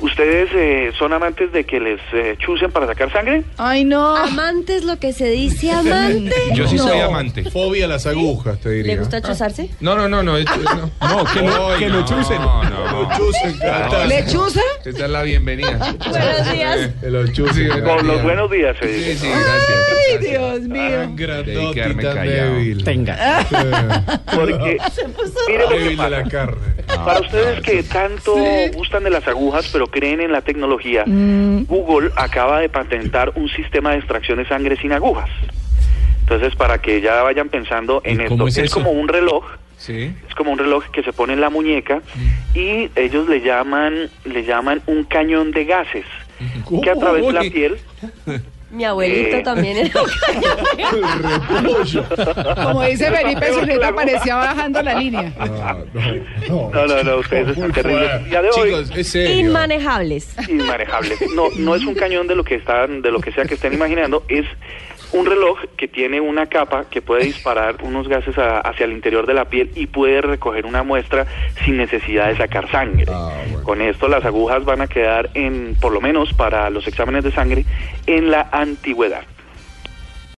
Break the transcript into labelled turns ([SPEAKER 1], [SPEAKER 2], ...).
[SPEAKER 1] ¿Ustedes eh, son amantes de que les eh, chusen para sacar sangre?
[SPEAKER 2] Ay, no.
[SPEAKER 3] Amante es lo que se dice amante.
[SPEAKER 4] Yo sí soy amante.
[SPEAKER 5] Fobia a las agujas, te diría.
[SPEAKER 3] ¿Le gusta chuzarse?
[SPEAKER 4] No, no, no, no. es- eh, No,
[SPEAKER 5] que lo- que lo chusen.
[SPEAKER 4] No, no.
[SPEAKER 5] Lo chusen, Cata.
[SPEAKER 2] ¿Lechuza?
[SPEAKER 4] Esta es la bienvenida.
[SPEAKER 3] Buenos días.
[SPEAKER 5] Que Eh, lo chusen.
[SPEAKER 4] Sí,
[SPEAKER 1] Con los buenos días. eh.
[SPEAKER 4] Ah, Sí, sí, gracias.
[SPEAKER 2] Ay,
[SPEAKER 4] gracias.
[SPEAKER 2] Dios mío.
[SPEAKER 5] Tan grandote y
[SPEAKER 4] Dedicarme
[SPEAKER 5] tan
[SPEAKER 4] callado.
[SPEAKER 5] débil. Eh,
[SPEAKER 6] Tenga.
[SPEAKER 1] Porque, mire lo que
[SPEAKER 5] Débil de
[SPEAKER 1] pasa.
[SPEAKER 5] la carne.
[SPEAKER 4] Ah,
[SPEAKER 1] Para ustedes que tanto gustan de las agujas, pero creen en la tecnología, Google acaba de patentar un sistema de extracción de sangre sin agujas. Entonces, para que ya vayan pensando en
[SPEAKER 4] ¿Y
[SPEAKER 1] esto,
[SPEAKER 4] cómo es eso?
[SPEAKER 1] como un reloj,
[SPEAKER 4] Sí.
[SPEAKER 1] es como un reloj que se pone en la muñeca
[SPEAKER 4] Mm.
[SPEAKER 1] y ellos le llaman, le llaman un cañón de gases que a través de la
[SPEAKER 4] Uy.
[SPEAKER 1] piel
[SPEAKER 3] Mi abuelito
[SPEAKER 1] Eh.
[SPEAKER 3] también era.
[SPEAKER 5] Repollo.
[SPEAKER 2] Como dice Felipe, su neta parecía bajando la línea.
[SPEAKER 5] Ah, No, no,
[SPEAKER 1] No, no, no, ustedes
[SPEAKER 5] Muy
[SPEAKER 1] están terribles.
[SPEAKER 5] fuerte.
[SPEAKER 1] Ya de hoy-
[SPEAKER 5] Chicos, es serio.
[SPEAKER 3] Inmanejables.
[SPEAKER 1] inmanejable. No, no es un cañón de lo que están, de lo que sea que estén imaginando, es un reloj que tiene una capa que puede disparar unos gases a- hacia el interior de la piel y puede recoger una muestra sin necesidad de sacar sangre.
[SPEAKER 5] Ah, bueno.
[SPEAKER 1] Con esto las agujas van a quedar en, por lo menos para los exámenes de sangre, en la antigüedad.